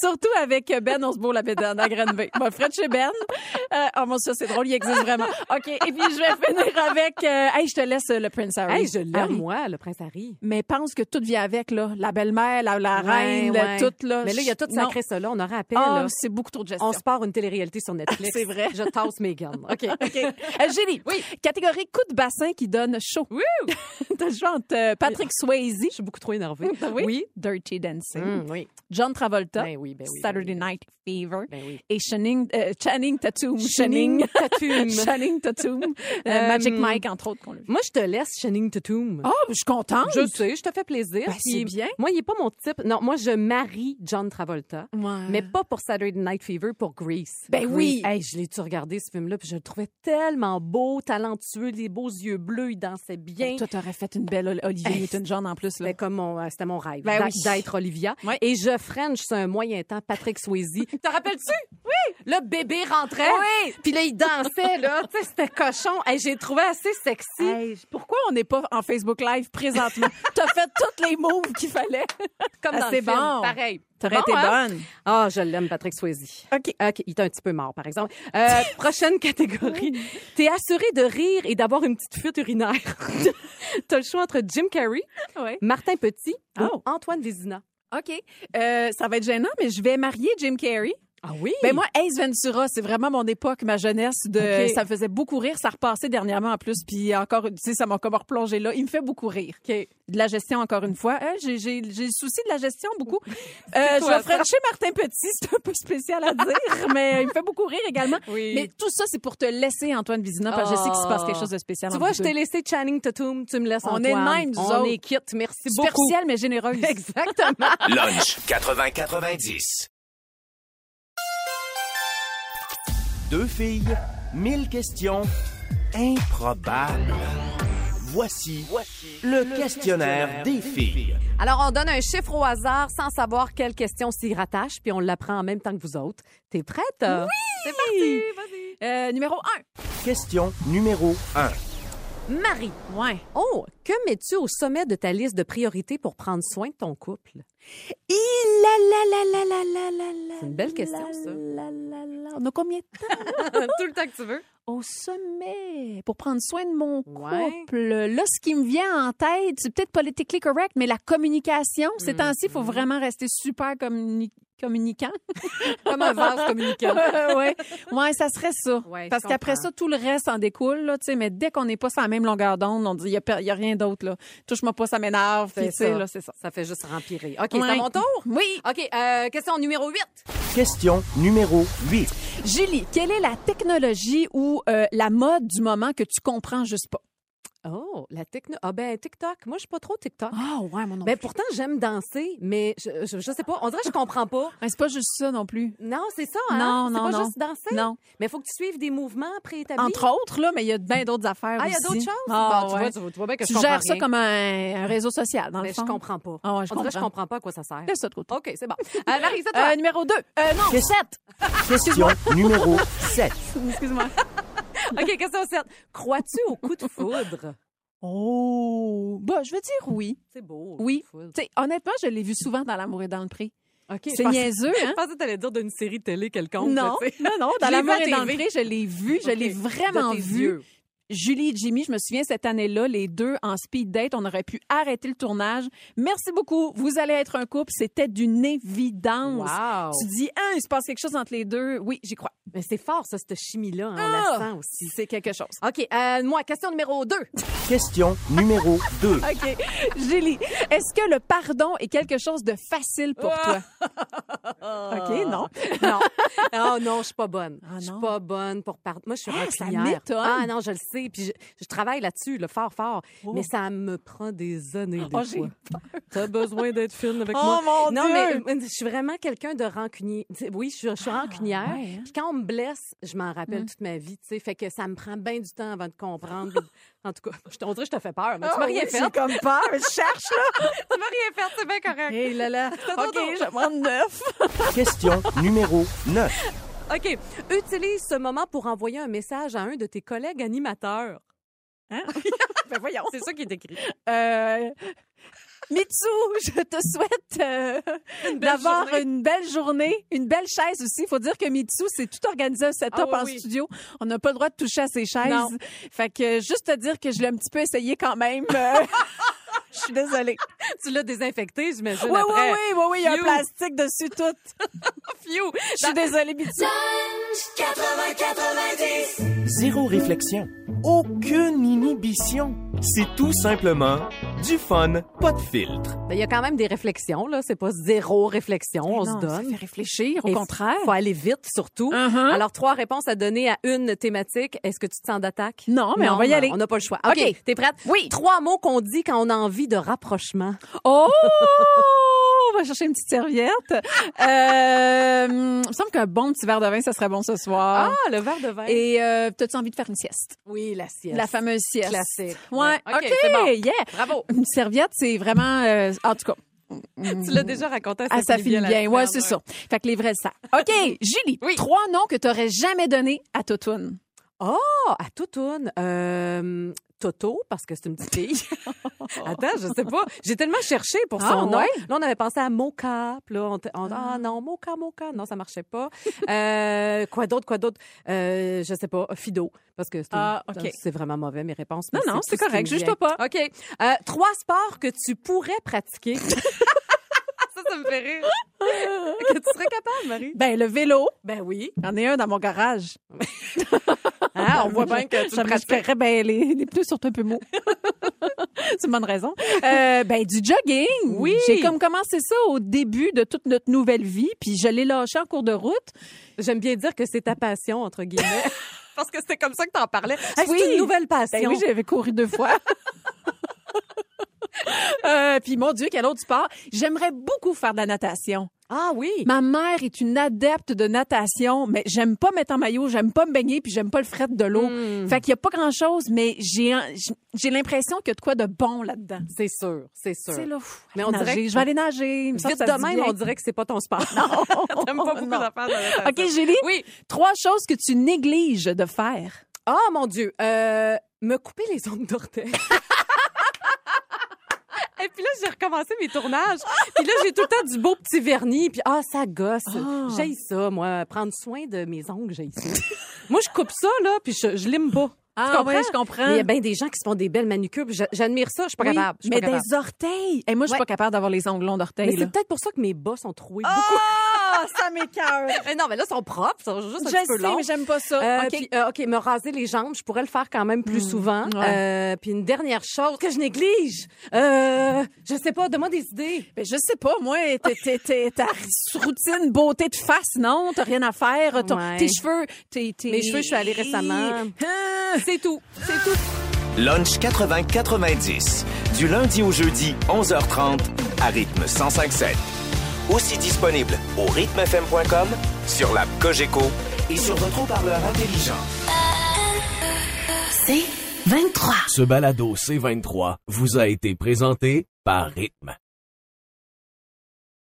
S7: Surtout avec Ben Osbo, la bédane à Grenby. Bon, Fred chez Ben. Euh, oh mon Dieu, c'est drôle, il existe vraiment. OK, et puis je vais finir avec... euh, hey, je te laisse euh, le Prince Harry.
S6: Hey, je l'aime,
S7: Harry.
S6: moi, le prince Harry.
S7: Mais pense que tout vient avec, là. La belle-mère, la, la
S6: Ouais,
S7: reine, le-
S6: ouais.
S7: tout, là.
S6: Mais là, il y a tout
S7: Non.
S6: sacré ça, là. On aura à peine,
S7: Ah,
S6: là.
S7: c'est beaucoup trop de gestion.
S6: On se part une télé-réalité sur Netflix.
S7: C'est vrai.
S6: Je tasse Megan. OK.
S7: OK. Euh, Gélie.
S6: Oui.
S7: Catégorie coup de bassin qui donne chaud. Oui. T'as le choix entre euh, Patrick Swayze.
S6: Je suis beaucoup trop énervée.
S7: Oui. Dirty Dancing.
S6: Mm, oui.
S7: John Travolta.
S6: Ben oui, ben oui, ben
S7: Saturday
S6: oui.
S7: Night Fever.
S6: Ben oui.
S7: Et Channing, euh, Channing Tatum.
S6: Channing Tatum.
S7: Channing Tatum. Euh,
S6: Euh,
S7: Magic Mike, entre autres, qu'on l'a vu.
S6: Moi, je te laisse Channing Tatum.
S7: Oh, je suis contente.
S6: Je sais, je te fais plaisir.
S7: Ben, c'est
S6: Puis,
S7: bien.
S6: Moi, il est pas mon type. Non, moi, je marie John Travolta.
S7: Ouais.
S6: Mais pas pour Saturday Night Fever, pour Grease.
S7: Ben oui.
S6: Grease. Hey, je l'ai-tu regardé, ce film-là, puis je le trouvais tellement beau, talentueux, les beaux yeux bleus, il dansait bien.
S7: Toi, t'aurais fait une belle Olivier
S6: Hey,
S7: Newton John en plus. Là.
S6: C'était comme mon, euh, c'était mon rêve
S7: Ben
S6: d'a-
S7: oui.
S6: d'être Olivia.
S7: Ouais.
S6: Et je French, c'est un moyen temps, Patrick Swayze. Te rappelles-tu? Oui! Le bébé rentrait.
S7: Oui.
S6: Puis là, il dansait, là. tu sais, c'était cochon. Hey, j'ai trouvé assez sexy.
S7: Hey, pourquoi on n'est pas en Facebook Live présentement? T'as fait toutes les moves qu'il fallait.
S6: comme dans
S7: Ah,
S6: le
S7: c'est
S6: film.
S7: bon.
S6: Pareil.
S7: T'aurais
S6: Bon,
S7: été
S6: hein?
S7: bonne.
S6: Ah, je l'aime, Patrick Swayze.
S7: OK.
S6: OK, il est un petit peu mort, par exemple. Euh, prochaine catégorie. T'es assuré de rire et d'avoir une petite fuite urinaire. T'as le choix entre Jim Carrey,
S7: Ouais.
S6: Martin Petit
S7: Oh.
S6: ou Antoine Vézina.
S7: OK. Euh, ça va être gênant, mais je vais marier Jim Carrey.
S6: Ah oui?
S7: Ben moi, Ace Ventura, c'est vraiment mon époque, ma jeunesse. De,
S6: OK.
S7: Ça me faisait beaucoup rire. Ça repassait dernièrement en plus. Puis encore, tu sais, ça m'a comme replongé là. Il me fait beaucoup rire. De la gestion, encore une fois. Hein, j'ai, j'ai, j'ai le souci de la gestion beaucoup. Euh, je
S6: quoi,
S7: vais frencher Martin Petit. C'est un peu spécial à dire, mais il me fait beaucoup rire également.
S6: Oui. Ah.
S7: Mais tout ça, c'est pour te laisser, Antoine Vizina, parce que je sais qu'il se passe quelque chose de spécial.
S6: Tu
S7: entre
S6: vois,
S7: vous
S6: je
S7: deux.
S6: t'ai laissé Channing Tatum, tu me laisses
S7: On
S6: Antoine.
S7: est de même, nous
S6: On
S7: autres.
S6: est quitte, merci beaucoup.
S7: Superficielle, mais généreuse.
S6: Exactement.
S5: Lunch 80-90.
S4: Deux filles, mille questions improbables. Voici, le, questionnaire, des filles.
S6: Alors, on donne un chiffre au hasard sans savoir quelle question s'y rattache, puis on l'apprend en même temps que vous autres. T'es prête? Oui! C'est parti, vas-y.
S7: Euh, numéro 1.
S4: Question numéro 1.
S6: Marie.
S7: Ouais.
S6: Oh, que mets-tu au sommet de ta liste de priorités pour prendre soin de ton couple? C'est une belle question, ça.
S7: On a combien de temps?
S6: Tout le temps que tu veux.
S7: au sommet pour prendre soin de mon
S6: Ouais.
S7: couple. Là, ce qui me vient en tête, c'est peut-être politiquement correct, mais la communication,
S6: Mm-hmm.
S7: ces temps-ci, il faut vraiment rester super communi- communicant.
S6: Comme un vase communicant.
S7: ouais. ouais, ça serait ça.
S6: Ouais, je
S7: Parce qu'après
S6: comprends.
S7: ça, tout le reste en découle. Là, tu sais, mais dès qu'on n'est pas sur la même longueur d'onde, on dit il n'y a, per- y a rien d'autre. là. Touche-moi pas, ça m'énerve. Puis, tu sais, là, C'est ça.
S6: Ça fait juste rempirer. OK, c'est
S7: Ouais.
S6: à mon tour?
S7: Oui.
S6: OK, euh, question numéro 8.
S4: Question numéro 8.
S7: Julie, quelle est la technologie ou euh, la mode du moment que tu comprends juste pas?
S6: Oh, la techno. Ah ben TikTok. Moi, je suis pas trop TikTok.
S7: Ah ouais, mon nom.
S6: Ben pourtant, j'aime danser, mais je, je, je sais pas. On dirait que je comprends pas.
S7: ben, c'est pas juste ça non plus.
S6: Non, c'est ça. Hein?
S7: Non,
S6: c'est
S7: non,
S6: pas
S7: non.
S6: juste danser.
S7: Non.
S6: Mais il faut que tu suives des mouvements préétablis.
S7: Entre autres, là, mais il y a bien d'autres affaires
S6: Ah, il
S7: aussi.
S6: y a d'autres choses?
S7: Ah,
S6: Bon, tu,
S7: ouais.
S6: vois, tu, vois, tu vois bien que
S7: Tu
S6: je comprends
S7: gères ça
S6: rien.
S7: comme un, un réseau social, dans
S6: Mais
S7: le
S6: je
S7: fond.
S6: comprends pas.
S7: Ah ouais, je
S6: On dirait que je
S7: comprends.
S6: comprends pas à quoi ça sert.
S7: Laisse ça de côté.
S6: OK, c'est bon. Euh, Marisa, toi,
S7: Euh, numéro 2. Euh, non,
S4: Qu'est-
S7: 7.
S4: Question
S7: Excuse-moi.
S4: numéro 7.
S7: Excuse-moi.
S6: OK, question 7. Crois-tu au coup de foudre?
S7: Oh. Bah, je veux dire oui.
S6: C'est beau.
S7: Oui.
S6: coup de foudre.
S7: Tu sais, honnêtement, je l'ai vu souvent dans L'amour et dans le prix.
S6: OK, je
S7: C'est
S6: pensais-
S7: niaiseux, hein?
S6: Je pensais que t'allais dire d'une série télé quelconque.
S7: Non,
S6: tu sais.
S7: non, non.
S6: Je
S7: Dans
S6: l'ai
S7: L'amour
S6: vu à
S7: et dans le
S6: TV.
S7: prix, je l'ai vu. Je
S6: OK,
S7: l'ai
S6: de
S7: vraiment
S6: tes
S7: vu.
S6: yeux.
S7: Julie et Jimmy, je me souviens cette année-là, les deux en speed date, on aurait pu arrêter le tournage. Merci beaucoup, vous allez être un couple, c'était d'une évidence.
S6: Wow.
S7: Tu dis, ah, il se passe quelque chose entre les deux. Oui, j'y crois.
S6: Mais c'est fort, ça, cette chimie-là. hein, On la sent aussi.
S7: C'est quelque chose.
S6: OK, euh, moi, question numéro 2.
S4: Question numéro 2.
S7: OK. Julie, est-ce que le pardon est quelque chose de facile pour toi? OK, non.
S6: Non. Oh non, je suis pas bonne.
S7: Ah,
S6: je suis
S7: non.
S6: pas bonne pour pardon. Moi, je suis
S7: Ah, ça
S6: rancunière.
S7: m'étonne.
S6: Ah non, je le sais. Puis je, je travaille là-dessus, le fort, fort. Mais ça me prend des années. Des
S7: Oh, j'ai
S6: fois. T'as besoin d'être fine avec
S7: Oh,
S6: moi.
S7: mon
S6: non,
S7: Dieu!
S6: mais euh, je suis vraiment quelqu'un de rancunier. Tu sais, Oui, je suis, je suis rancunière.
S7: ouais, hein? Mm.
S6: Puis quand on me blesse, je m'en rappelle toute ma vie. Tu sais, fait que ça me prend bien du temps avant de comprendre. en tout cas, je te- on dirait que je te fais peur. Mais
S7: Ah
S6: tu m'as rien fait.
S7: comme peur, je cherche.
S6: Tu m'as rien fait. C'est bien correct.
S7: Hé là là. OK,
S6: dodo.
S7: je vais prendre neuf.
S4: Question numéro 9.
S6: OK. Utilise ce moment pour envoyer un message à un de tes collègues animateurs.
S7: Hein?
S6: ben voyons. C'est ça qui est écrit.
S7: Euh, Mitsou, je te souhaite euh,
S6: belle
S7: d'avoir
S6: journée.
S7: une belle journée, une belle chaise aussi. Il faut dire que Mitsou, c'est tout organisé un setup
S6: Ah oui,
S7: en
S6: oui.
S7: studio. On n'a pas le droit de toucher à ses chaises.
S6: Non.
S7: Fait que juste te dire que je l'ai un petit peu essayé quand même. euh, Je suis désolée.
S6: Tu l'as désinfecté, j'imagine.
S7: Oui, euh, oui,
S6: après.
S7: oui, oui, oui, il y a un
S6: Phew.
S7: plastique dessus tout.
S6: Phew.
S7: Je suis désolée, Mitsou.
S4: Zéro réflexion. Aucune inhibition. C'est tout simplement du fun, pas de filtre.
S6: Ben, Il y a quand même des réflexions, là. C'est pas zéro réflexion. on
S7: non,
S6: se donne.
S7: ça fait réfléchir, au
S6: Et
S7: contraire.
S6: Faut aller vite, surtout.
S7: Uh-huh.
S6: Alors, trois réponses à donner à une thématique. Est-ce que tu te sens d'attaque?
S7: Non, mais on va y aller.
S6: On n'a pas le choix.
S7: OK.
S6: OK. T'es prête?
S7: Oui.
S6: Trois mots qu'on dit quand on a envie de rapprochement.
S7: Oh! On va chercher une petite serviette. Euh, hum, il me semble qu'un bon petit verre de vin, ça serait bon ce soir.
S6: le verre de vin.
S7: Et euh, t'as-tu envie de faire une sieste?
S6: Oui, la sieste.
S7: La fameuse sieste.
S6: Classique.
S7: Ouais.
S6: Ouais.
S7: OK,
S6: OK, c'est bon.
S7: yeah.
S6: Bravo.
S7: Une serviette, c'est vraiment... euh, en tout cas,
S6: Tu l'as déjà raconté.
S7: ah, ça finit bien. Ouais, c'est ça. Fait que les vrais ça. OK, Julie,
S6: Oui.
S7: trois noms que t'aurais jamais donnés à Totoun.
S6: Ah, à Toutoune. Euh, Toto, parce que c'est une petite fille. Attends, je sais pas. J'ai tellement cherché pour
S7: Ah,
S6: son nom.
S7: ouais?
S6: Là, on avait pensé à Moka. Puis là, on, t- on- ah non, Moka, Moka. Non, ça marchait pas. Euh, quoi d'autre, quoi d'autre? Euh, je sais pas, Fido. Parce que c'est une-
S7: Ah, OK.
S6: c'est vraiment mauvais, mes réponses.
S7: Non,
S6: mais
S7: non,
S6: tout
S7: c'est
S6: ce qui
S7: correct.
S6: me
S7: Juge-toi
S6: vient.
S7: pas.
S6: OK. Euh, trois sports que tu pourrais pratiquer. ça, ça me fait rire. que tu serais capable, Marie?
S7: Ben, le vélo,
S6: Ben oui.
S7: j'en ai un dans mon garage.
S6: Hein, on voit bien que tu
S7: ça
S6: le pratiques.
S7: ben, les, les pneus sont un peu mous. C'est une bonne raison. Euh, ben, du jogging.
S6: Oui.
S7: J'ai comme commencé ça au début de toute notre nouvelle vie, puis je l'ai lâché en cours de route.
S6: J'aime bien dire que c'est ta passion, entre guillemets. Parce que c'était comme ça que t'en parlais.
S7: oui.
S6: Ah, C'est une nouvelle
S7: Ben
S6: passion.
S7: oui, j'avais couru deux fois. Euh, puis mon Dieu, quel autre sport. J'aimerais beaucoup faire de la natation.
S6: ah oui.
S7: Ma mère est une adepte de natation, mais j'aime pas mettre en maillot, j'aime pas me baigner, puis j'aime pas le fret de l'eau.
S6: Hmm.
S7: Fait qu'il y a pas grand-chose, mais j'ai un- j'ai l'impression qu'il y a de quoi de bon là-dedans.
S6: C'est sûr, c'est sûr.
S7: C'est là, pff,
S6: Mais
S7: aller
S6: on dirait
S7: nager.
S6: que-
S7: je vais aller nager. Il me semble
S6: Vite
S7: que ça
S6: de
S7: dit
S6: même,
S7: bien.
S6: on dirait que c'est pas ton sport. Non. T'aimes pas beaucoup
S7: non.
S6: d'affaires dans la
S7: OK, Julie.
S6: Oui.
S7: Trois choses que tu négliges de faire.
S6: Ah, mon Dieu. Euh, me couper les ongles d'orteil. Et puis là, j'ai recommencé mes tournages. Puis là, j'ai tout le temps du beau petit vernis. Puis ah, ça gosse.
S7: Ah.
S6: J'ai ça, moi. Prendre soin de mes ongles, j'ai ça. moi, je coupe ça, là, puis je, je lime pas.
S7: Ah,
S6: tu comprends?
S7: ouais, je comprends.
S6: Mais Il y a bien des gens qui se font des belles manucures. puis j'a- J'admire ça. Je suis pas
S7: Oui,
S6: capable. Je suis
S7: mais
S6: pas capable.
S7: des orteils. Et moi, je suis
S6: Ouais.
S7: pas capable d'avoir les ongles longs
S6: Mais
S7: d'orteils. là.
S6: c'est peut-être pour ça que mes bas sont troués.
S7: Ah, ça m'écoeure.
S6: Beaucoup. Mais non, mais là, ils sont propres. Ils sont juste un
S7: Je
S6: petit peu
S7: sais,
S6: longs.
S7: mais j'aime pas ça.
S6: Euh,
S7: OK. Hmm.
S6: puis, euh, OK, me raser les jambes, je pourrais le faire quand même plus souvent. Euh, puis une dernière chose que je néglige, euh, je sais pas, donne-moi des idées.
S7: Ben, je sais pas, moi, t'es- t'es- t'es- ta routine beauté de face, non? T'as rien à faire. Ton-
S6: Ouais.
S7: Tes cheveux, tes, tes-
S6: Mes cheveux, je suis allée récemment.
S7: Ah.
S6: C'est tout. C'est tout.
S4: Lunch 80-90. Du lundi au jeudi, 11h30, à rythme 105.7. Aussi disponible au rythmefm.com, sur l'app Cogeco et sur votre haut-parleur intelligent.
S9: C'est 23.
S10: Ce balado C23 vous a été présenté par Rythme.